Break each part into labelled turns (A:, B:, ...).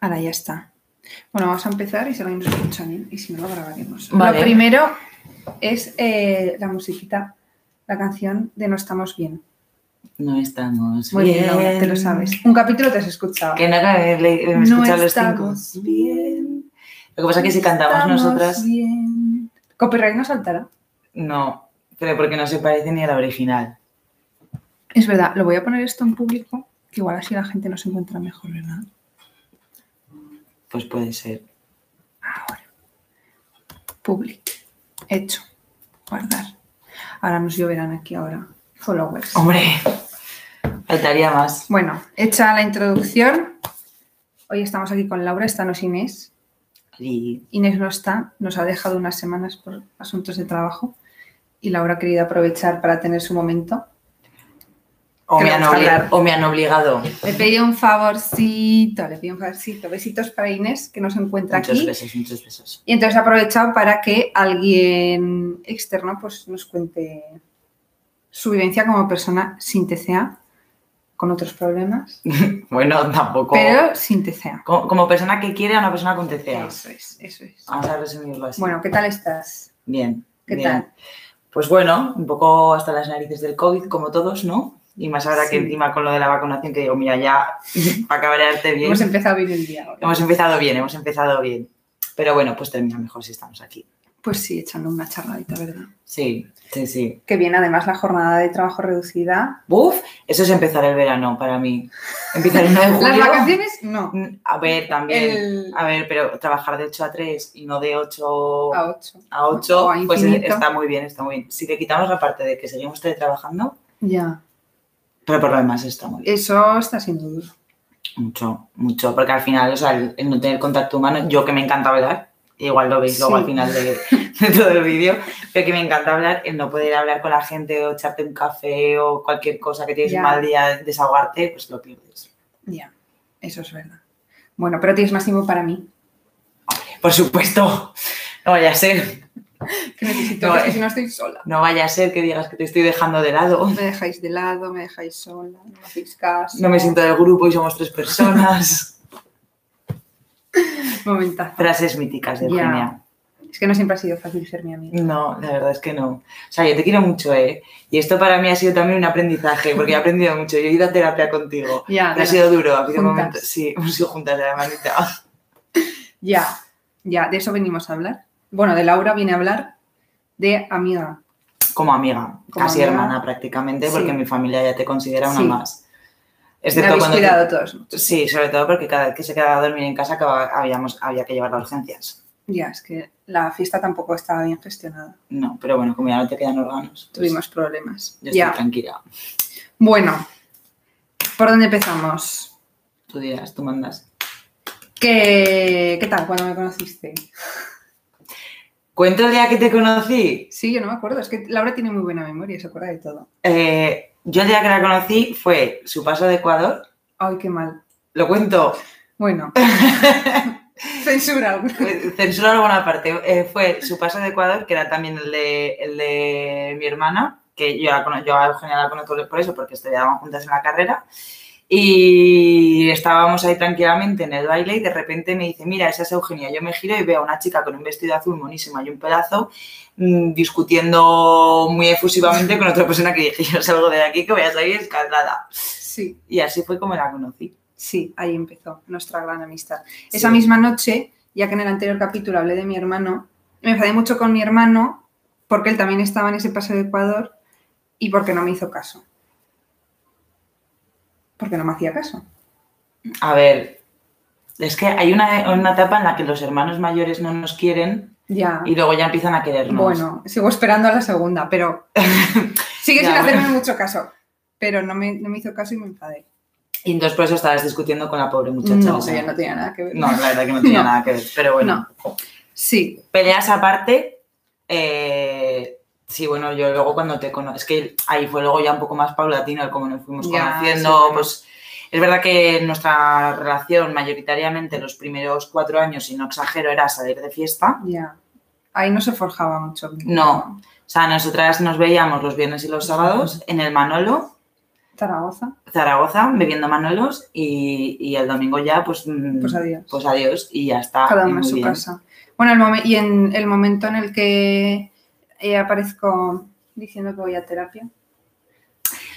A: Ahora ya está. Bueno, vamos a empezar y si alguien nos escucha bien y si no lo grabaremos.
B: Vale.
A: Lo primero es eh, la musiquita, la canción de No estamos bien.
B: No estamos
A: Muy bien, Laura, te lo sabes. Un capítulo te has escuchado.
B: Que no cabe le- me
A: No
B: escuchan los
A: estamos
B: cinco.
A: bien.
B: Lo que pasa es que si
A: no
B: cantamos
A: estamos
B: nosotras,
A: bien. Copyright no saltará.
B: no, pero porque no se parece ni a la original.
A: Es verdad, lo voy a poner esto en público, que igual así la gente nos encuentra mejor, ¿verdad?
B: Pues puede ser.
A: Ahora. Public. Hecho. Guardar. Ahora nos lloverán aquí ahora. Followers.
B: Hombre, faltaría más.
A: Bueno, hecha la introducción. Hoy estamos aquí con Laura, esta no es Inés.
B: Y
A: Inés no está, nos ha dejado unas semanas por asuntos de trabajo y Laura ha querido aprovechar para tener su momento.
B: o,
A: Que
B: me
A: lo
B: han
A: vamos a
B: obli-
A: hablar.
B: o me han obligado.
A: Le pedí un favorcito, le pedí un favorcito. Besitos para Inés, que nos encuentra
B: Muchos
A: aquí.
B: besos, muchos besos.
A: Y entonces he aprovechado para que alguien externo pues, nos cuente su vivencia como persona sin TCA, con otros problemas,
B: Bueno, tampoco.
A: pero sin TCA.
B: Como, como persona que quiere a una persona con TCA.
A: Eso es, eso es.
B: Vamos a resumirlo así.
A: Bueno, ¿qué tal estás?
B: bien.
A: ¿Qué
B: bien.
A: tal?
B: Pues bueno, un poco hasta las narices del COVID, como todos, ¿no? Y más ahora que
A: Sí.
B: encima con lo de la vacunación, que digo, mira, ya para cabrearte bien.
A: Hemos empezado bien el día ahora.
B: Hemos empezado bien, hemos empezado bien. Pero bueno, pues termina mejor si estamos aquí.
A: Pues sí, echando una charladita, ¿verdad?
B: Sí, sí, sí.
A: Que viene además la jornada de trabajo reducida.
B: Buf, eso es empezar el verano para mí. Empezar el 9 de julio.
A: Las vacaciones, no.
B: Mm, A ver, también.
A: El...
B: A ver, pero trabajar de 8 a 3 y no de 8
A: A 8.
B: a 8,
A: O a
B: pues
A: infinito.
B: está muy bien, está muy bien. Si le quitamos la parte de que seguimos teletrabajando,
A: Ya.
B: pero por lo demás está muy bien.
A: Eso está siendo duro.
B: Mucho, mucho, porque al final, o sea, el, el no tener contacto humano, yo que me encanta hablar, igual lo veis luego
A: Sí.
B: al final de, de todo el vídeo, pero que me encanta hablar, el no poder hablar con la gente o echarte un café o cualquier cosa que tienes
A: Ya.
B: un mal día, desahogarte, pues lo pierdes.
A: Ya. Eso es verdad. Bueno, pero tienes más tiempo para mí.
B: Por supuesto, no vaya a ser,
A: Que necesito,
B: No,
A: porque
B: eh.
A: si no estoy sola.
B: no vaya a ser que digas que te estoy dejando de lado,
A: Me dejáis de lado, me dejáis sola, no me hacéis caso.
B: no me siento del grupo y somos tres personas.
A: Momentazo.
B: Frases míticas de
A: Ya.
B: Eugenia.
A: Es que no siempre ha sido fácil ser mi amiga.
B: No, la verdad es que no. O sea, yo te quiero mucho, ¿eh? Y esto para mí ha sido también un aprendizaje, porque he aprendido mucho. Yo he ido a terapia contigo.
A: Ya,
B: Pero ha sido duro, ha habido
A: Ah, juntas.
B: momentos. Sí, hemos sido juntas de la manita.
A: ya, ya, de eso venimos a hablar. Bueno, de Laura viene a hablar de amiga.
B: Como amiga,
A: Como
B: casi
A: amiga.
B: hermana prácticamente,
A: Sí.
B: porque mi familia ya te considera una
A: Sí.
B: más.
A: Me
B: Excepto
A: habéis
B: cuando. te-
A: cuidado todos.
B: Sí, sobre todo porque cada vez que se quedaba a dormir en casa acababa- habíamos, había que llevarla a urgencias.
A: Ya, es que la fiesta tampoco estaba bien gestionada.
B: No, pero bueno, como ya no te quedan órganos, pues
A: Tuvimos problemas.
B: yo
A: Ya.
B: estoy tranquila.
A: Bueno, ¿por dónde empezamos?
B: Tú dirás, tú mandas.
A: ¿Qué, ¿Qué tal cuando me conociste?
B: Cuento el día que te conocí.
A: Sí, yo no me acuerdo. Es que Laura tiene muy buena memoria, se acuerda de todo.
B: Eh, yo el día que la conocí fue su paso de Ecuador.
A: Ay, qué mal.
B: Lo cuento,
A: Bueno. Censura alguna.
B: eh, censuro alguna parte. Eh, fue su paso de Ecuador, que era también el de, el de mi hermana, que yo, la, cono- yo a Eugenia la conozco por eso, porque estudiábamos juntas en la carrera. Y estábamos ahí tranquilamente en el baile y de repente me dice, mira, esa es Eugenia. Yo me giro y veo a una chica con un vestido azul monísima y un pedazo mm, discutiendo muy efusivamente con otra persona que dije, yo salgo de aquí que voy a salir escaldada.
A: Sí,
B: Y así fue como la conocí.
A: sí, ahí empezó nuestra gran amistad.
B: Sí.
A: Esa misma noche, ya que en el anterior capítulo hablé de mi hermano, me enfadé mucho con mi hermano porque él también estaba en ese paseo de Ecuador y porque no me hizo caso. Porque no me hacía caso.
B: A ver, es que hay una, una etapa en la que los hermanos mayores no nos quieren
A: Ya.
B: y luego ya empiezan a querernos.
A: Bueno, sigo esperando a la segunda, pero sigue
B: Ya,
A: sin
B: bueno.
A: hacerme mucho caso. Pero no me, no me hizo caso y me enfadé.
B: Y entonces por eso estabas discutiendo con la pobre muchacha.
A: No,
B: o sea,
A: ya no tenía nada que ver.
B: no, la verdad que no tenía
A: No.
B: nada que ver. Pero bueno,
A: Sí,
B: peleas aparte. eh, sí, bueno, yo luego cuando te conocí, es que ahí fue luego ya un poco más paulatino el cómo nos fuimos
A: Ya,
B: conociendo.
A: sí, bueno.
B: Pues es verdad que nuestra relación mayoritariamente los primeros cuatro años, si no exagero, era salir de fiesta.
A: ya. Ahí no se forjaba mucho.
B: No. O sea, nosotras nos veíamos los viernes y los sábados en el Manolo
A: Zaragoza.
B: Zaragoza, bebiendo Manolos y, y el domingo ya, pues, mm,
A: Pues adiós.
B: pues adiós y ya está.
A: cada
B: y
A: uno en
B: muy
A: su
B: bien.
A: casa. Bueno, el momen- y en el momento en el que eh, aparezco diciendo que voy a terapia,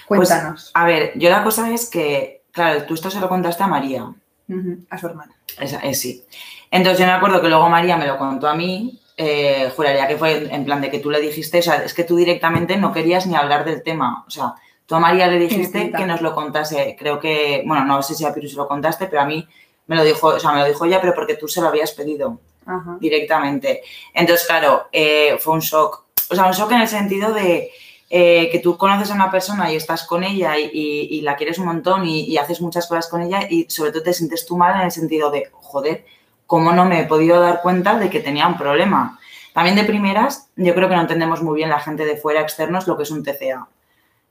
B: Pues
A: cuéntanos
B: A ver, yo la cosa es que, claro, tú esto se lo contaste a María.
A: Ujú, a su hermana.
B: Esa- eh, sí. Entonces yo me acuerdo que luego María me lo contó a mí, eh, juraría que fue en- en plan de que tú le dijiste, o sea, es que tú directamente no querías ni hablar del tema, o sea, tú a María le dijiste
A: pinta.
B: que nos lo contase, creo que, bueno, no sé si a Piru se lo contaste, pero a mí me lo dijo, o sea, me lo dijo ella, pero porque tú se lo habías pedido
A: Ajá.
B: directamente. Entonces, claro, eh, fue un shock. O sea, un shock en el sentido de eh, que tú conoces a una persona y estás con ella y, y- y la quieres un montón y, y haces muchas cosas con ella y sobre todo te sientes tú mal en el sentido de, joder, ¿cómo no me he podido dar cuenta de que tenía un problema? También de primeras, yo creo que no entendemos muy bien la gente de fuera, externos, lo que es un TCA.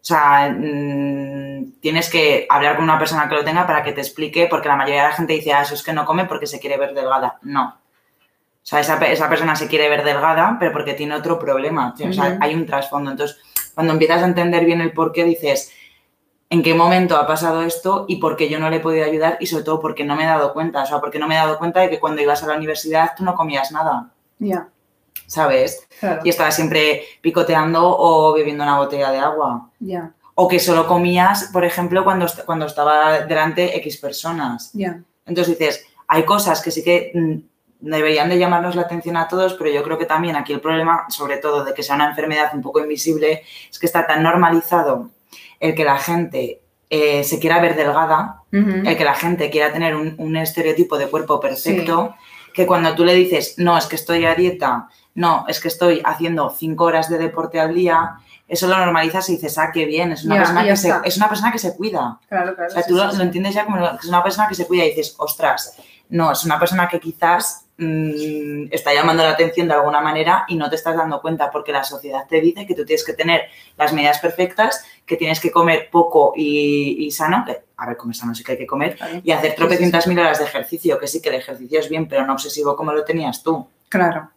B: O sea, mm, tienes que hablar con una persona que lo tenga para que te explique, porque la mayoría de la gente dice, ah, eso es que no come porque se quiere ver delgada. No, o sea, esa, pe- esa persona se quiere ver delgada, pero porque tiene otro problema. O sea,
A: Ujú.
B: hay un trasfondo. Entonces, cuando empiezas a entender bien el por qué, dices, ¿en qué momento ha pasado esto y por qué yo no le he podido ayudar? Y sobre todo, porque no me he dado cuenta. O sea, porque no me he dado cuenta de que cuando ibas a la universidad tú no comías nada,
A: Ya,
B: ¿sabes?
A: claro.
B: Y estabas siempre picoteando o bebiendo una botella de agua.
A: Ya,
B: O que solo comías, por ejemplo, cuando, est- cuando estaba delante X personas.
A: ya.
B: Entonces dices, hay cosas que sí que mm, deberían de llamarnos la atención a todos, pero yo creo que también aquí el problema, sobre todo de que sea una enfermedad un poco invisible, es que está tan normalizado el que la gente eh, se quiera ver delgada,
A: Ujú.
B: el que la gente quiera tener un, un estereotipo de cuerpo perfecto, que cuando tú le dices, no, es que estoy a dieta, no, es que estoy haciendo cinco horas de deporte al día, eso lo normalizas y dices, ah, qué bien, es una,
A: Ya,
B: persona,
A: ya
B: que se,
A: está.
B: es una persona que se cuida.
A: Claro, claro.
B: O sea,
A: sí,
B: tú lo,
A: sí,
B: lo
A: sí.
B: entiendes ya como que es una persona que se cuida y dices, ostras, no, es una persona que quizás mm, está llamando la atención de alguna manera y no te estás dando cuenta porque la sociedad te dice que tú tienes que tener las medidas perfectas, que tienes que comer poco y, y sano, que, a ver, comer sano sí que hay que comer,
A: Claro.
B: y hacer
A: sí,
B: tropecientas mil horas de ejercicio, que sí que el ejercicio es bien, pero no obsesivo como lo tenías tú,
A: Claro.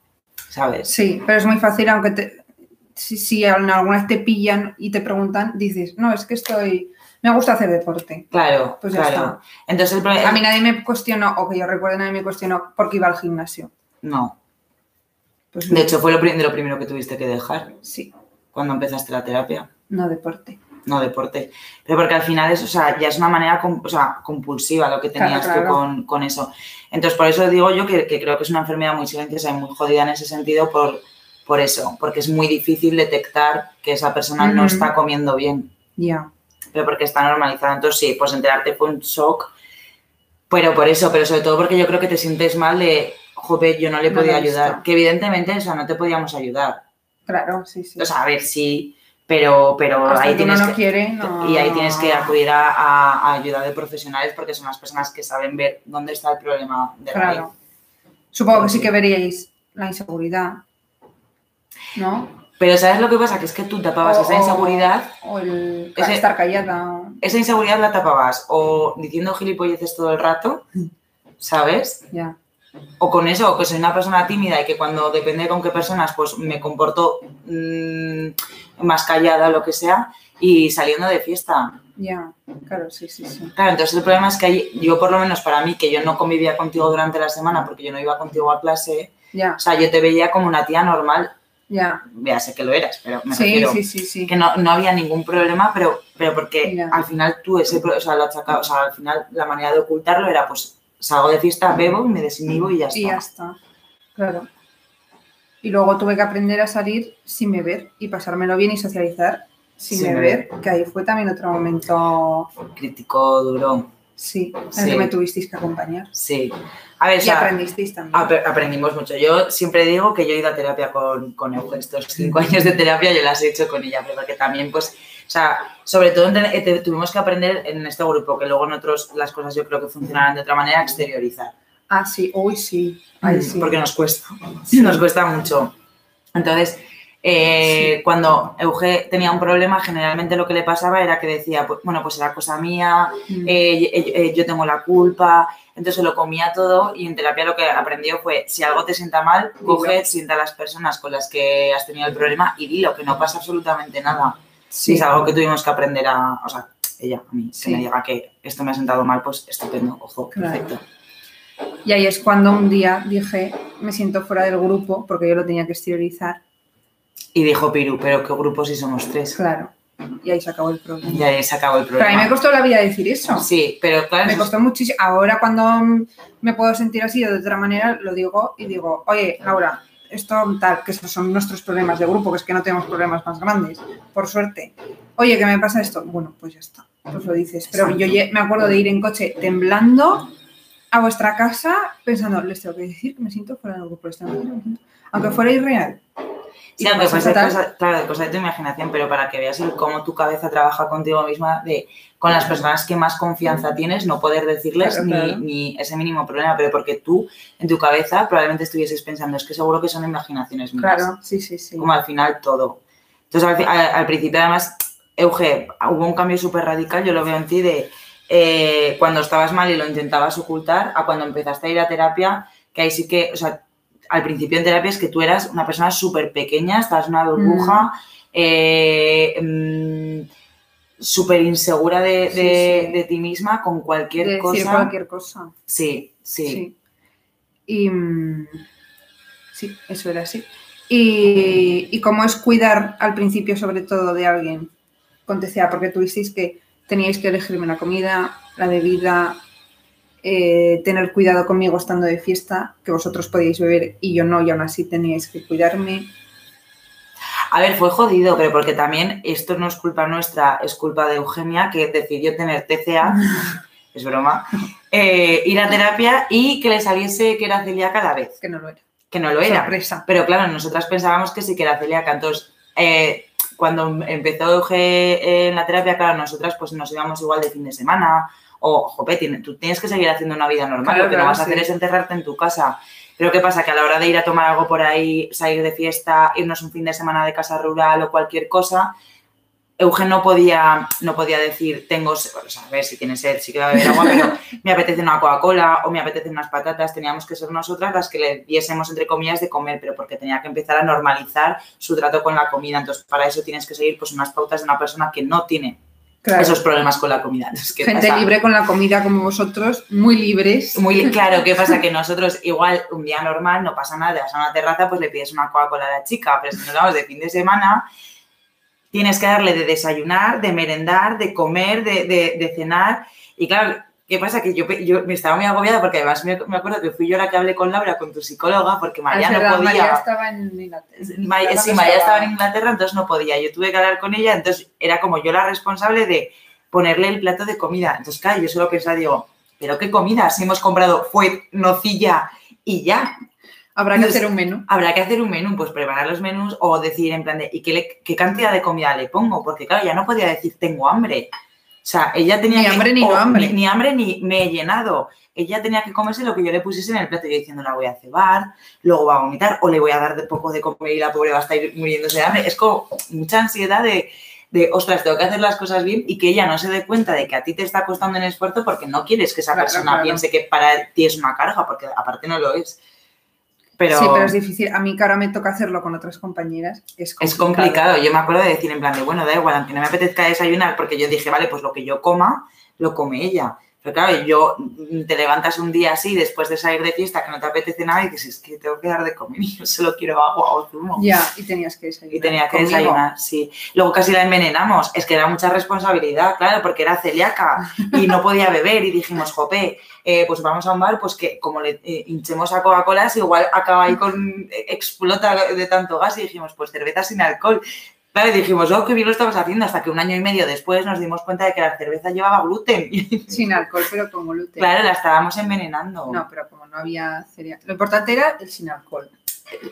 B: ¿sabes?
A: Sí, pero es muy fácil, aunque te, si, si en algunas te pillan y te preguntan, dices, no, es que estoy, me gusta hacer deporte.
B: Claro,
A: Pues ya
B: claro. Eh, Entonces el problema...
A: A mí nadie me cuestionó, o que yo recuerdo, nadie me cuestionó porque iba al gimnasio.
B: No,
A: Pues no.
B: de hecho fue lo, pri- de lo primero que tuviste que dejar
A: sí,
B: cuando empezaste la terapia.
A: no deporte.
B: no deporte, pero porque al final es, o sea, ya es una manera com- o sea, compulsiva lo que tenías
A: Claro,
B: tú
A: claro.
B: con, con eso. Entonces, por eso digo yo que, que creo que es una enfermedad muy silenciosa y muy jodida en ese sentido por, por eso, porque es muy difícil detectar que esa persona no
A: Ujú.
B: está comiendo bien,
A: Ya.
B: pero porque está normalizada. Entonces, sí, pues enterarte fue un shock, pero por eso, pero sobre todo porque yo creo que te sientes mal de, joder, yo no le
A: No
B: podía
A: lo he visto".
B: ayudar, que evidentemente, o sea, no te podíamos ayudar.
A: Claro, sí, sí.
B: O sea, a ver, sí, pero, pero
A: Hasta
B: ahí
A: que uno
B: tienes
A: no
B: que...
A: quiere, no.
B: Y ahí tienes que acudir a, a- a ayuda de profesionales porque son las personas que saben ver dónde está el problema de raíz.
A: Claro. Supongo que sí que veríais la inseguridad, ¿no?
B: Pero ¿sabes lo que pasa? Que es que tú tapabas
A: O-
B: esa
A: o-
B: inseguridad,
A: O el
B: Ese-
A: estar callada. o-
B: esa inseguridad la tapabas o diciendo gilipolleces todo el rato,
A: Mm.
B: ¿sabes?
A: Ya,
B: O con eso, o que soy una persona tímida y que cuando depende con qué personas, pues me comporto mm, más callada o lo que sea, y saliendo de fiesta.
A: ya. Claro, sí, sí, sí.
B: Claro, entonces el problema es que ahí- yo por lo menos para mí, que yo no convivía contigo durante la semana porque yo no iba contigo a clase,
A: Ya,
B: O sea, yo te veía como una tía normal,
A: ya.
B: ya sé que lo eras, pero me
A: Sí,
B: refiero
A: sí, sí, sí.
B: que no, no había ningún problema, pero, pero porque
A: Ya.
B: al final tú ese, pro- o sea, lo achaca- o sea, al final la manera de ocultarlo era pues salgo de fiesta, bebo, me desinhibo y ya está.
A: Y ya está. Claro. Y luego tuve que aprender a salir sin beber y pasármelo bien y socializar sin,
B: Sin
A: beber, que ahí fue también otro momento,
B: Crítico, duro,
A: sí, en el
B: Sí.
A: que me tuvisteis que acompañar.
B: sí. A ver, o
A: Y
B: sea,
A: aprendisteis también.
B: apre- aprendimos mucho. Yo siempre digo que yo he ido a terapia con, con Euge. Estos cinco años de terapia yo las he hecho con ella, pero porque también, pues, o sea, sobre todo ente- eh, te- tuvimos que aprender en este grupo, que luego en otros las cosas yo creo que funcionarán de otra manera, exteriorizar.
A: Ah, sí, uy, sí. Ay, sí.
B: Mm, porque nos cuesta, nos cuesta mucho. Entonces, eh, cuando Euge tenía un problema, generalmente lo que le pasaba era que decía, pues, bueno, pues era cosa mía,
A: Mm.
B: eh, eh, eh, yo tengo la culpa, entonces se lo comía todo y en terapia lo que aprendió fue, si algo te sienta mal,
A: Dilo.
B: coge, sienta a las personas con las que has tenido el problema y dilo, que no pasa absolutamente nada.
A: sí.
B: Es algo que tuvimos que aprender a, o sea, ella a mí.
A: Sí.
B: Que me diga que esto me ha sentado mal, pues estupendo, ojo,
A: Claro.
B: perfecto.
A: Y ahí es cuando un día dije, me siento fuera del grupo porque yo lo tenía que exteriorizar.
B: Y dijo Piru, pero qué grupo si somos tres.
A: Claro. Y ahí se acabó el problema.
B: Y ahí se acabó el
A: Pero a mí me
B: problema.
A: costó la vida decir eso.
B: Sí, pero claro,
A: Me costó muchísimo. Ahora cuando mm, me puedo sentir así o de otra manera, lo digo y digo, oye, Laura, esto tal, que esos son nuestros problemas de grupo, que es que no tenemos problemas más grandes, por suerte. Oye, ¿qué me pasa esto? Bueno, pues ya está, pues lo dices. Pero yo
B: Exacto.
A: ye- me acuerdo de ir en coche temblando a vuestra casa pensando, les tengo que decir que me siento fuera del grupo, les tengo que decir que me siento-". Aunque fuera irreal.
B: Sí,
A: Y
B: aunque
A: pasa
B: fuese
A: fatal.
B: cosa, claro, cosa de tu imaginación, pero para que veas el cómo tu cabeza trabaja contigo misma, de con las personas que más confianza tienes, no poder decirles
A: Claro,
B: ni,
A: claro.
B: ni ese mínimo problema, pero porque tú en tu cabeza probablemente estuvieses pensando, es que seguro que son imaginaciones mías,
A: Claro, sí, sí, sí.
B: como al final todo. Entonces al, fi- al- al principio además, Euge, hubo un cambio súper radical, yo lo veo en ti, de eh, cuando estabas mal y lo intentabas ocultar, a cuando empezaste a ir a terapia, que ahí sí que, o sea, al principio en terapia es que tú eras una persona súper pequeña, estabas en una burbuja,
A: Mm.
B: eh, mm, súper insegura de,
A: Sí,
B: de-
A: sí.
B: de ti misma con
A: De
B: cualquier
A: decir
B: cosa.
A: cualquier cosa.
B: Sí, sí,
A: Sí. Y mm, sí, eso era así. Y, y cómo es cuidar al principio, sobre todo, de alguien con TCA, porque tuvisteis que teníais que elegirme la comida, la bebida, eh, tener cuidado conmigo estando de fiesta, que vosotros podíais beber y yo no, y aún así teníais que cuidarme.
B: A ver, fue jodido, pero porque también esto no es culpa nuestra, es culpa de Eugenia que decidió tener TCA, es broma, eh, ir a terapia y que le saliese que era celíaca a la vez,
A: Que no lo era.
B: que no lo era.
A: Sorpresa.
B: Pero claro, nosotras pensábamos que sí que era celíaca. Entonces, eh, cuando empezó Euge eh, en la terapia, claro, nosotras pues nos íbamos igual de fin de semana. O, jope, tiene- tú tienes que seguir haciendo una vida normal.
A: Claro,
B: lo que
A: claro,
B: no vas a
A: sí.
B: hacer es enterrarte en tu casa. Pero ¿qué pasa? Que a la hora de ir a tomar algo por ahí, salir de fiesta, irnos un fin de semana de casa rural o cualquier cosa, Eugen no podía, no podía decir, tengo, sed". Bueno, o sea, a ver si tiene sed, sí que va a beber agua, pero me apetece una Coca-Cola o me apetecen unas patatas, teníamos que ser nosotras las que le diésemos, entre comillas, de comer, pero porque tenía que empezar a normalizar su trato con la comida. Entonces, para eso tienes que seguir pues, unas pautas de una persona que no tiene
A: Claro.
B: esos problemas con la comida. Entonces, ¿qué
A: Gente
B: pasa?
A: libre con la comida como vosotros, muy libres.
B: Muy li- claro, ¿qué pasa? Que nosotros, igual, un día normal, no pasa nada, te vas a una terraza, pues le pides una Coca-Cola a la chica, pero si nos vamos de fin de semana, tienes que darle de desayunar, de merendar, de comer, de, de- de cenar. Y claro, ¿qué pasa? Que yo, pe- yo me estaba muy agobiada porque además me, me acuerdo que fui yo la que hablé con Laura, con tu psicóloga, porque María
A: Es
B: no
A: verdad,
B: podía.
A: María estaba en Inglaterra.
B: Ma-
A: Claro
B: sí,
A: que
B: María estaba en Inglaterra, entonces no podía. Yo tuve que hablar con ella, entonces era como yo la responsable de ponerle el plato de comida. Entonces, claro, yo solo pensaba, digo, ¿pero qué comida? Si hemos comprado fue nocilla y ya.
A: Habrá que
B: Nos-
A: hacer un menú.
B: Habrá que hacer un menú, pues preparar los menús o decir en plan de, ¿y qué, le- qué cantidad de comida le pongo? Porque, claro, ya no podía decir, tengo hambre. O sea, ella tenía
A: Ni
B: que-
A: hambre ni
B: o
A: no hambre.
B: Ni, ni hambre ni me he llenado. Ella tenía que comerse lo que yo le pusiese en el plato. Yo diciendo, la voy a cebar, luego va a vomitar, o le voy a dar de poco de comer y la pobre va a estar muriéndose de hambre. Es como mucha ansiedad de, de, ostras, tengo que hacer las cosas bien y que ella no se dé cuenta de que a ti te está costando el esfuerzo porque no quieres que esa
A: Claro,
B: persona
A: claro.
B: piense que para ti es una carga, porque aparte no lo es. Pero,
A: Sí, pero es difícil. A mí que ahora me toca hacerlo con otras compañeras es complicado.
B: es complicado. Yo me acuerdo de decir en plan de, bueno, da igual, aunque no me apetezca desayunar, porque yo dije, vale, pues lo que yo coma, lo come ella. Pero claro, yo mm, te levantas un día así después de salir de fiesta que no te apetece nada y dices, es que tengo que dar de comer y yo solo quiero agua o zumo.
A: Ya, y tenías que desayunar.
B: Y tenía que
A: conmigo.
B: desayunar, sí. Luego casi la envenenamos. Es que era mucha responsabilidad, claro, porque era celíaca y no podía beber. Y dijimos, jope, eh, pues vamos a un bar, pues que como le eh, hinchemos a Coca-Cola, si igual acaba ahí con. eh, explota de tanto gas. Y dijimos, pues cerveza sin alcohol. Claro, y dijimos, oh, qué bien lo estamos haciendo. Hasta que un año y medio después nos dimos cuenta de que la cerveza llevaba gluten. Y,
A: Sin alcohol, pero con gluten.
B: claro, la estábamos envenenando.
A: No, pero como no había cereal. Lo importante era el sin alcohol.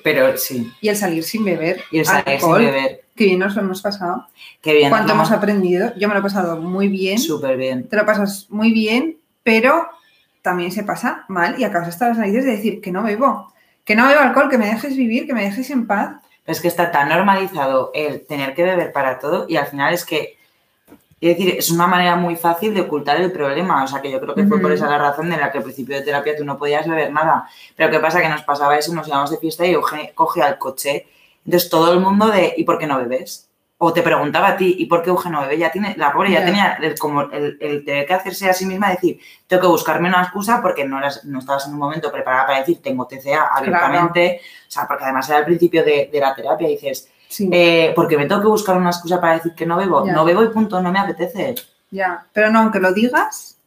B: Pero sí,
A: Y el salir sin beber.
B: y el salir sin
A: alcohol.
B: beber.
A: Qué bien nos lo hemos pasado.
B: Qué bien.
A: Cuánto
B: ¿no?
A: hemos aprendido. Yo me lo he pasado muy bien.
B: Súper bien.
A: Te lo pasas muy bien, pero también se pasa mal y acabas hasta las narices de decir que no bebo. Que no bebo alcohol, que me dejes vivir, que me dejes en paz.
B: Pero es que está tan normalizado el tener que beber para todo y al final es que, es decir, es una manera muy fácil de ocultar el problema. O sea, que yo creo que fue por
A: Ujú.
B: esa la razón de la que al principio de terapia tú no podías beber nada. Pero ¿qué pasa? Que nos pasaba eso, nos íbamos de fiesta y Eugenio cogía el coche. Entonces todo el mundo de, ¿y por qué no bebes? o te preguntaba a ti, ¿y por qué Eugenio Bebé ya tiene, la pobre ya
A: Ya.
B: tenía el, como el, el tener que hacerse a sí misma decir, tengo que buscarme una excusa porque no, eras- no estabas en un momento preparada para decir, tengo TCA abiertamente, o sea, porque además era el principio de, de la terapia, y dices,
A: Sí,
B: eh, porque me tengo que buscar una excusa para decir que no bebo,
A: Ya.
B: no bebo y punto, no me apetece.
A: ya. Pero no, aunque lo digas,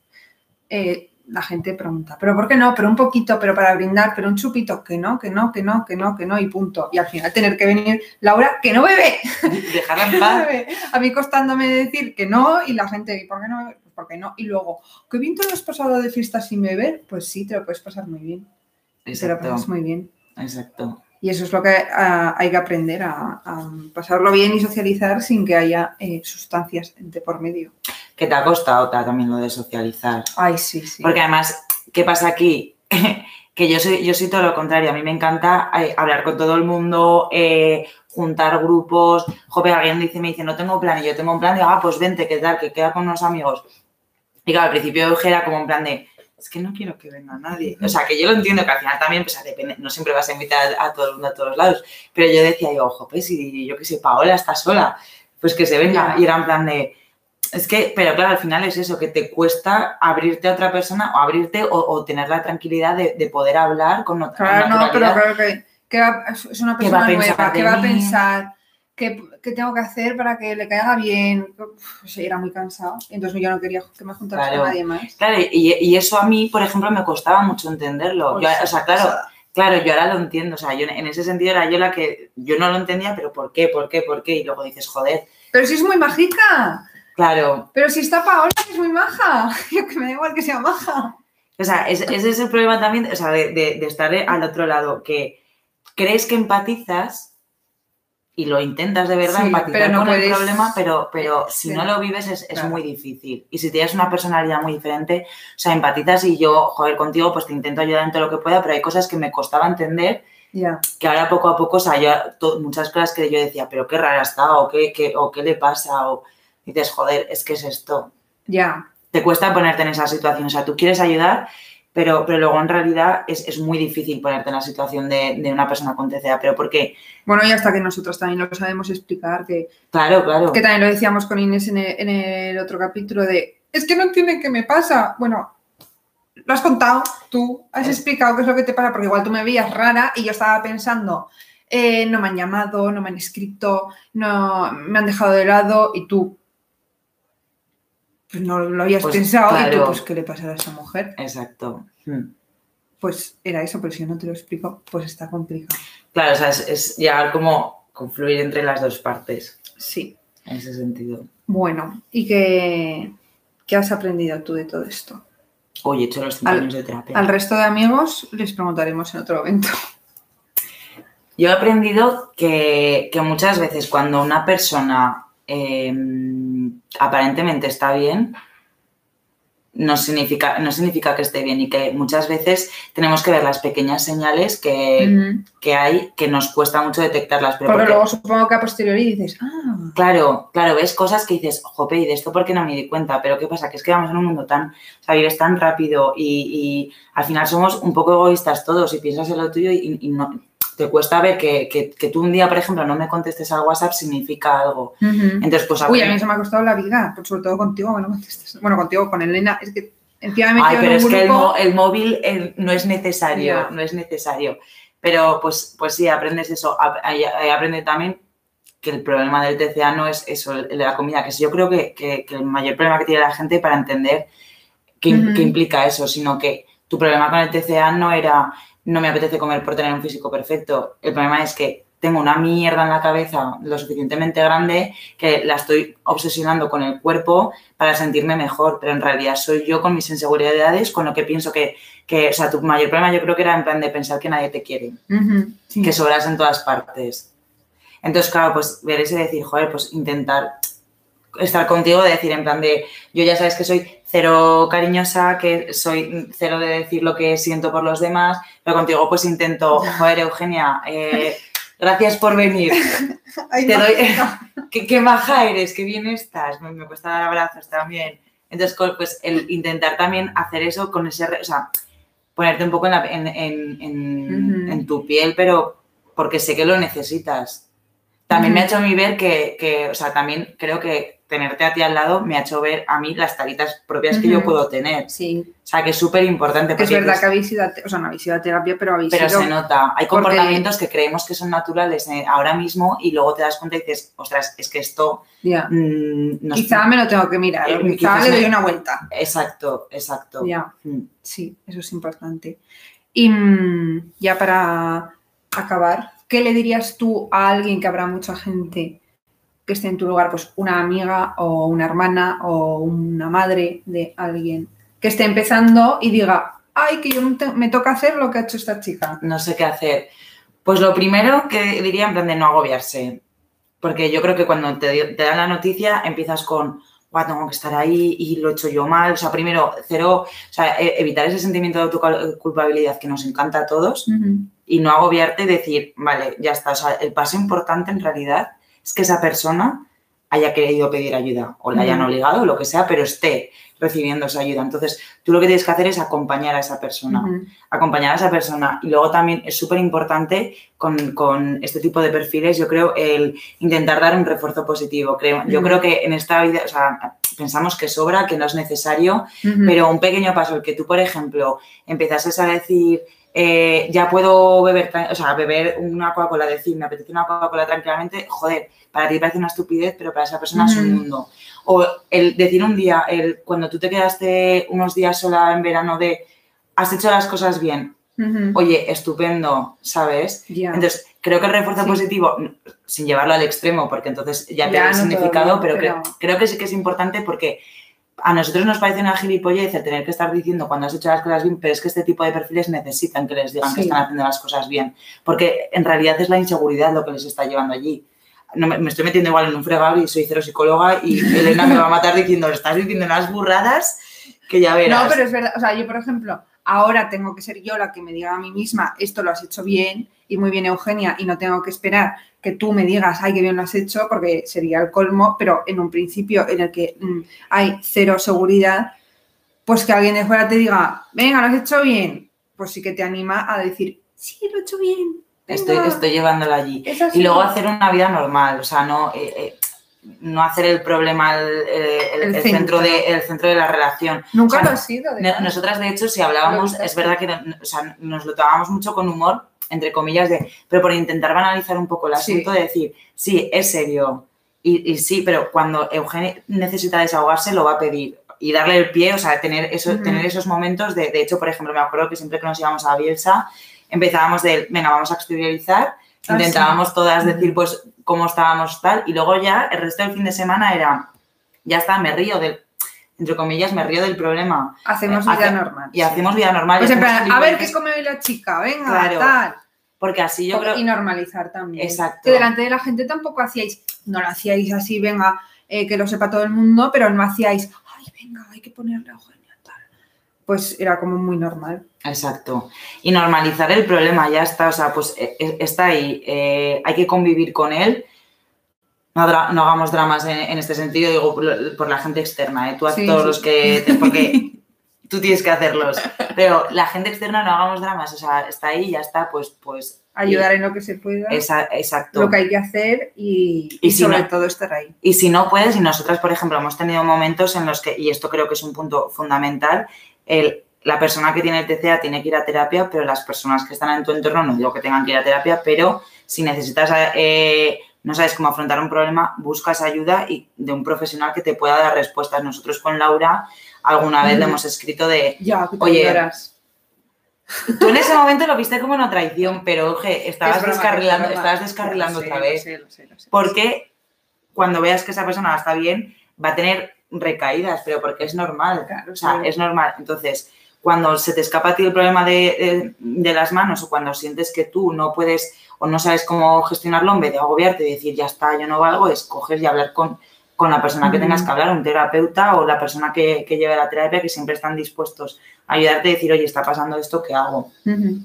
A: eh, la gente pregunta, ¿pero por qué no? Pero un poquito, pero para brindar, pero un chupito, que no, que no, que no, que no, que no, y punto. Y al final tener que venir Laura, que no bebe.
B: Dejarla en paz.
A: ¿sabe? A mí costándome decir que no y la gente, ¿y por qué no? Pues porque no. Y luego, ¿qué bien te lo has pasado de fiesta sin beber? Pues sí, te lo puedes pasar muy bien. Te lo
B: Exacto,
A: pasas muy bien.
B: exacto.
A: Y eso es lo que ah, hay que aprender, a, a pasarlo bien y socializar sin que haya eh, sustancias de por medio.
B: Que te ha costado ta- también lo de socializar.
A: Ay, sí, sí.
B: Porque además, ¿qué pasa aquí? que yo soy, yo soy todo lo contrario. A mí me encanta eh, hablar con todo el mundo, eh, juntar grupos. Joder, alguien dice, me dice, no tengo plan, y yo tengo un plan, digo, ah, pues vente, ¿qué tal? Que queda con unos amigos. Y claro, al principio Euge era como un plan de, es que no quiero que venga nadie. O sea, que yo lo entiendo que al final también, pues, depende, no siempre vas a invitar a todo el mundo a todos lados. Pero yo decía, digo, joder, si yo qué sé, Paola está sola, pues que se venga.
A: Ya.
B: Y era en plan de, es que, pero claro, al final es eso, que te cuesta abrirte a otra persona o abrirte o, o tener la tranquilidad de, de poder hablar con otra
A: Claro, no, pero
B: naturalidad.
A: claro que, que va- es una
B: ¿Qué va
A: persona
B: a
A: nueva,
B: pensar de
A: ¿qué va a
B: mí?
A: pensar? ¿Qué, qué tengo que hacer para que le caiga bien? Uf, sí, era muy cansado. Entonces yo no quería que me juntara
B: Claro.
A: con nadie más.
B: Claro, y, y eso a mí, por ejemplo, me costaba mucho entenderlo.
A: Pues
B: Yo- o sea, claro, Claro, yo ahora lo entiendo, o sea, yo en- en ese sentido era yo la que, yo no lo entendía, pero ¿por qué? ¿Por qué? ¿Por qué? Y luego dices, joder,
A: Pero si es muy majica.
B: claro,
A: Pero si está Paola, que es muy maja. Yo que me da igual que sea maja.
B: o sea, es- ese es el problema también, o sea, de, de- de estar al otro lado, que crees que empatizas y lo intentas de verdad,
A: Sí,
B: empatizar
A: pero no
B: con el
A: puedes- eh,
B: problema, pero, pero si
A: Sí.
B: no lo vives es, es
A: Claro.
B: muy difícil. Y si tienes una personalidad muy diferente, o sea, empatizas y yo, joder, contigo, pues te intento ayudar en todo lo que pueda, pero hay cosas que me costaba entender
A: Ya.
B: que ahora poco a poco, o sea, yo- to- muchas cosas que yo decía, pero qué rara está, o qué, qué- o qué le pasa, o dices, joder, es que es esto.
A: Ya.
B: Te cuesta ponerte en esa situación, o sea, tú quieres ayudar, pero, pero luego en realidad es, es muy difícil ponerte en la situación de, de una persona con TCA, pero porque,
A: Bueno, y hasta que nosotros también lo sabemos explicar, que,
B: claro, claro,
A: que también lo decíamos con Inés en el, en el otro capítulo de, es que no entienden qué me pasa. Bueno, lo has contado tú, has
B: Eh.
A: explicado qué es lo que te pasa, porque igual tú me veías rara y yo estaba pensando, eh, no me han llamado, no me han escrito, no me han dejado de lado y tú... Pues no lo habías
B: Pues,
A: pensado y tú,
B: claro.
A: pues, ¿qué le pasará a esa mujer?
B: exacto. Hmm.
A: pues era eso, pero si yo no te lo explico, pues está complicado.
B: Claro, o sea, es, es llegar como confluir entre las dos partes,
A: Sí.
B: en ese sentido.
A: Bueno, ¿y qué, qué has aprendido tú de todo esto?
B: Oye, he hecho los cinco
A: Al-
B: años de terapia.
A: Al resto de amigos les preguntaremos en otro momento.
B: Yo he aprendido que, que muchas veces cuando una persona eh, aparentemente está bien, no significa, no significa que esté bien y que muchas veces tenemos que ver las pequeñas señales que,
A: Ujú.
B: que hay que nos cuesta mucho detectarlas. Pero
A: Porque
B: Eh, porque-
A: Mm. luego supongo que a posteriori dices, ah,
B: Claro, claro, ves cosas que dices, jope, y de esto porque no me di cuenta, pero ¿qué pasa? Que es que vamos en un mundo tan, o sea, vives tan rápido y, y al final somos un poco egoístas todos y piensas en lo tuyo y, y no, te cuesta ver que, que- que tú un día, por ejemplo, no me contestes al WhatsApp significa algo.
A: ujú.
B: Entonces, pues
A: uy, a
B: aprende-
A: mí se me ha costado la vida, pues, sobre todo contigo, que no contestas. Bueno, contigo, con Elena, es que encima me he
B: Ay,
A: metido
B: pero
A: en
B: es
A: un
B: que el,
A: grupo.
B: mo- el móvil eh, no es necesario,
A: Ya.
B: no es necesario. Pero pues, pues sí, aprendes eso. Ap- ahí- ahí Aprende también que el problema del TCA no es eso, el de la comida, que es- yo creo que, que- que el mayor problema que tiene la gente para entender qué, im-
A: Ujú.
B: qué implica eso, sino que tu problema con el TCA no era no me apetece comer por tener un físico perfecto. El problema es que tengo una mierda en la cabeza lo suficientemente grande que la estoy obsesionando con el cuerpo para sentirme mejor, pero en realidad soy yo con mis inseguridades, con lo que pienso que, que, o sea, tu mayor problema yo creo que era en plan de pensar que nadie te quiere,
A: Ujú, sí.
B: que sobras en todas partes. Entonces, claro, pues ver ese decir, joder, pues intentar estar contigo, de decir en plan de, yo ya sabes que soy cero cariñosa, que soy cero de decir lo que siento por los demás, pero contigo pues intento, joder, Eugenia, eh, gracias por venir,
A: Ay,
B: te
A: no.
B: doy- qué, qué maja eres, qué bien estás, me, me cuesta dar abrazos también. Entonces, co- pues el intentar también hacer eso con ese, re- o sea, ponerte un poco en, la- en- en- en-
A: Ujú.
B: en tu piel, pero porque sé que lo necesitas. También me ha hecho a mí ver que, que, o sea, también creo que tenerte a ti al lado me ha hecho ver a mí las taritas propias que yo
A: Ujú.
B: puedo tener.
A: Sí.
B: O sea, que es súper importante.
A: Es
B: porque
A: verdad
B: dices,
A: que habéis ido a, te- o sea, no habéis ido a terapia, pero habéis
B: Pero
A: ido.
B: se nota. Hay
A: porque-
B: comportamientos que creemos que son naturales eh, ahora mismo y luego te das cuenta y dices, ostras, es que esto
A: Ya.
B: mm, nos-
A: Quizá me lo tengo que mirar,
B: Eh,
A: o quizá
B: quizás
A: le doy
B: me-
A: una vuelta.
B: Exacto, exacto.
A: Ya.
B: Mm.
A: Sí, eso es importante. Y mm, ya para acabar, ¿qué le dirías tú a alguien que habrá mucha gente que esté en tu lugar? Pues una amiga o una hermana o una madre de alguien que esté empezando y diga, ay, que yo no te- me toca hacer lo que ha hecho esta chica.
B: No sé qué hacer. Pues lo primero que diría en plan de no agobiarse. Porque yo creo que cuando te, te dan la noticia empiezas con, guau, tengo que estar ahí y lo he hecho yo mal. O sea, primero, cero, o sea, e- evitar ese sentimiento de autoculpabilidad que nos encanta a todos. y no agobiarte y decir, vale, ya está. O sea, el paso importante en realidad es que esa persona haya querido pedir ayuda o la hayan
A: Ujú.
B: obligado o lo que sea, pero esté recibiendo esa ayuda. Entonces, tú lo que tienes que hacer es acompañar a esa persona,
A: Ujú.
B: acompañar a esa persona. Y luego también es súper importante con, con este tipo de perfiles, yo creo, el intentar dar un refuerzo positivo. Creo, Yo
A: Ujú.
B: creo que en esta vida, o sea, pensamos que sobra, que no es necesario,
A: Ujú.
B: pero un pequeño paso, el que tú, por ejemplo, empezases a decir, eh, ya puedo beber, tra- o sea, beber una Coca-Cola, decir, me apetece una Coca-Cola tranquilamente, joder, para ti parece una estupidez, pero para esa persona es un
A: Ujú.
B: mundo. O el decir un día, el, cuando tú te quedaste unos días sola en verano de, has hecho las cosas bien,
A: Ujú.
B: oye, estupendo, ¿sabes?
A: Ya.
B: Entonces, creo que el refuerzo
A: Sí.
B: positivo, sin llevarlo al extremo, porque entonces ya
A: Ya,
B: tiene
A: no
B: significado,
A: todavía,
B: pero, cre-
A: pero-
B: Creo, que sí que es importante porque a nosotros nos parece una gilipollez el tener que estar diciendo cuando has hecho las cosas bien, pero es que este tipo de perfiles necesitan que les digan que
A: Sí.
B: están haciendo las cosas bien, porque en realidad es la inseguridad lo que les está llevando allí. No, me, me estoy metiendo igual en un fregado y soy cero psicóloga y Elena me va a matar diciendo, estás diciendo unas burradas que ya verás.
A: No, pero es verdad. O sea, yo, por ejemplo, ahora tengo que ser yo la que me diga a mí misma, esto lo has hecho bien y muy bien, Eugenia, y no tengo que esperar que tú me digas, ay, qué bien lo has hecho, porque sería el colmo, pero en un principio en el que mm, hay cero seguridad, pues que alguien de fuera te diga, venga, lo has hecho bien, pues sí que te anima a decir, sí, lo he hecho bien.
B: Estoy,
A: venga,
B: estoy llevándola allí.
A: es así".
B: Este, Y luego hacer una vida normal, o sea, no, eh, eh, no hacer el problema el, eh, el-
A: El
B: el centro.
A: centro.
B: de, el centro de la relación.
A: Nunca
B: o sea,
A: lo ha sido. de
B: No-
A: verdad. Ah,
B: Nosotras, de hecho, si hablábamos,
A: Lo que
B: es
A: estás-
B: verdad que no- o sea, nos lo tomábamos mucho con humor, entre comillas, de, pero por intentar banalizar un poco el
A: Sí.
B: asunto de decir, sí, es serio, y, y sí, pero cuando Eugenia necesita desahogarse, lo va a pedir. Y darle el pie, o sea, tener, eso,
A: Ujú.
B: tener esos momentos de, de hecho, por ejemplo, me acuerdo que siempre que nos íbamos a Bielsa, empezábamos de, venga, vamos a exteriorizar
A: Ah, sí.
B: intentábamos todas
A: Ujú.
B: decir pues cómo estábamos tal y luego ya el resto del fin de semana era ya está me río del entre comillas me río del problema
A: hacemos
B: eh,
A: vida
B: hace-
A: normal.
B: y
A: sí.
B: hacemos vida normal
A: Pues
B: y
A: en
B: hacemos
A: plan, a ver
B: gilipolleces,
A: qué come hoy la chica, venga,
B: Claro.
A: tal.
B: porque así yo creo
A: y normalizar también.
B: Exacto.
A: Que delante de la gente tampoco hacíais, no lo hacíais así, venga, eh, que lo sepa todo el mundo, pero no hacíais, ay, venga, hay que ponerle a Eugenia tal. Pues era como muy normal.
B: Exacto. Y normalizar el problema, ya está, o sea, pues eh, eh, está ahí, eh, hay que convivir con él. No, dra- no hagamos dramas en, en este sentido, digo, por, lo- por la gente externa, ¿eh? tú haz
A: Sí,
B: todos
A: sí.
B: los que... te- porque tú tienes que hacerlos, pero la gente externa no hagamos dramas, o sea, está ahí, ya está, pues... pues
A: Ayudar en lo que se pueda,
B: Esa- exacto.
A: lo que hay que hacer y,
B: Y
A: y
B: si
A: sobre
B: no-
A: todo estar ahí.
B: Y si no puedes, y nosotras, por ejemplo, hemos tenido momentos en los que, y esto creo que es un punto fundamental, el- la persona que tiene TCA tiene que ir a terapia, pero las personas que están en tu entorno, no digo que tengan que ir a terapia, pero si necesitas, eh, no sabes cómo afrontar un problema, buscas ayuda y de un profesional que te pueda dar respuestas. Nosotros con Laura alguna vez le
A: Ujú.
B: hemos escrito de,
A: Ya, que te
B: Oye,
A: ayudarás.
B: tú en ese momento lo viste como una traición, pero oje, estabas
A: Es broma,
B: descarrilando,
A: es broma.
B: estabas descarrilando
A: Ya,
B: otra
A: lo
B: vez.
A: sé, lo sé, lo sé, lo sé.
B: Porque cuando veas que esa persona está bien, va a tener recaídas, pero porque es normal.
A: Claro,
B: O sea,
A: sí.
B: es normal. Entonces, cuando se te escapa a ti el problema de, de- de las manos o cuando sientes que tú no puedes o no sabes cómo gestionarlo, en vez de agobiarte y decir, ya está, yo no valgo, es coger y hablar con, con la persona que
A: Ujú.
B: tengas que hablar, un terapeuta o la persona que, que lleve la terapia, que siempre están dispuestos a ayudarte y decir, oye, está pasando esto, ¿qué hago?
A: Ujú.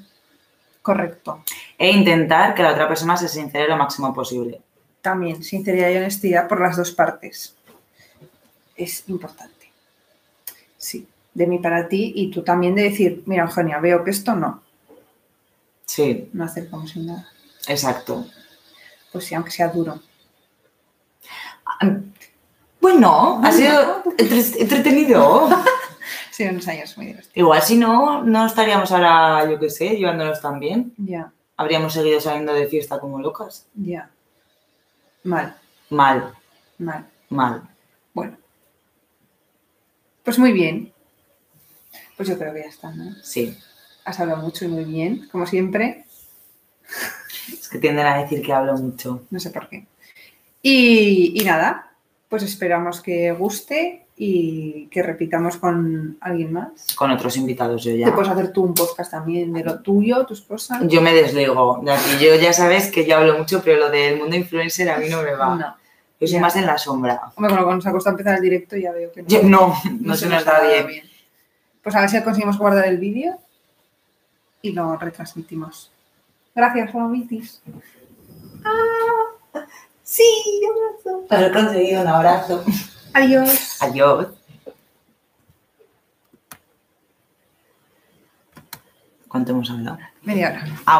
A: Correcto.
B: E intentar que la otra persona se sincere lo máximo posible.
A: También, sinceridad y honestidad por las dos partes. Es importante. Sí, de mí para ti y tú también de decir, mira, Eugenia, veo que esto no,
B: Sí,
A: no hacer como si nada.
B: exacto.
A: Pues pues sí, aunque sea duro.
B: Bueno, ha sido entre- entretenido.
A: Sí, unos años muy divertidos.
B: Igual si no, no estaríamos ahora, yo qué sé, llevándonos tan bien.
A: Ya,
B: Habríamos seguido saliendo de fiesta como locas.
A: ya. Mal,
B: Mal,
A: mal.
B: mal.
A: Bueno. Pues muy bien. Pues yo creo que ya está, ¿no?
B: Sí.
A: Has hablado mucho y muy bien, como siempre.
B: Es que tienden a decir que hablo mucho.
A: No sé por qué. Y, y nada, pues esperamos que guste y que repitamos con alguien más.
B: Con otros invitados yo
A: Te
B: ya.
A: puedes hacer tú un podcast también de lo tuyo, tus cosas.
B: Yo me desligo de aquí. Yo ya sabes que yo hablo mucho, pero lo del mundo influencer a mí no me va.
A: No.
B: Yo soy
A: Ya.
B: más en la sombra.
A: Hombre, con lo que nos ha costado empezar el directo ya veo que no,
B: Yo- no,
A: no
B: no se nos da
A: ha dado
B: bien.
A: Pues a ver si conseguimos guardar el vídeo y lo retransmitimos. Gracias, Romitis.
B: Sí, un abrazo. Pero he conseguido un abrazo.
A: Adiós.
B: Adiós. ¿Cuánto hemos hablado?
A: Media hora.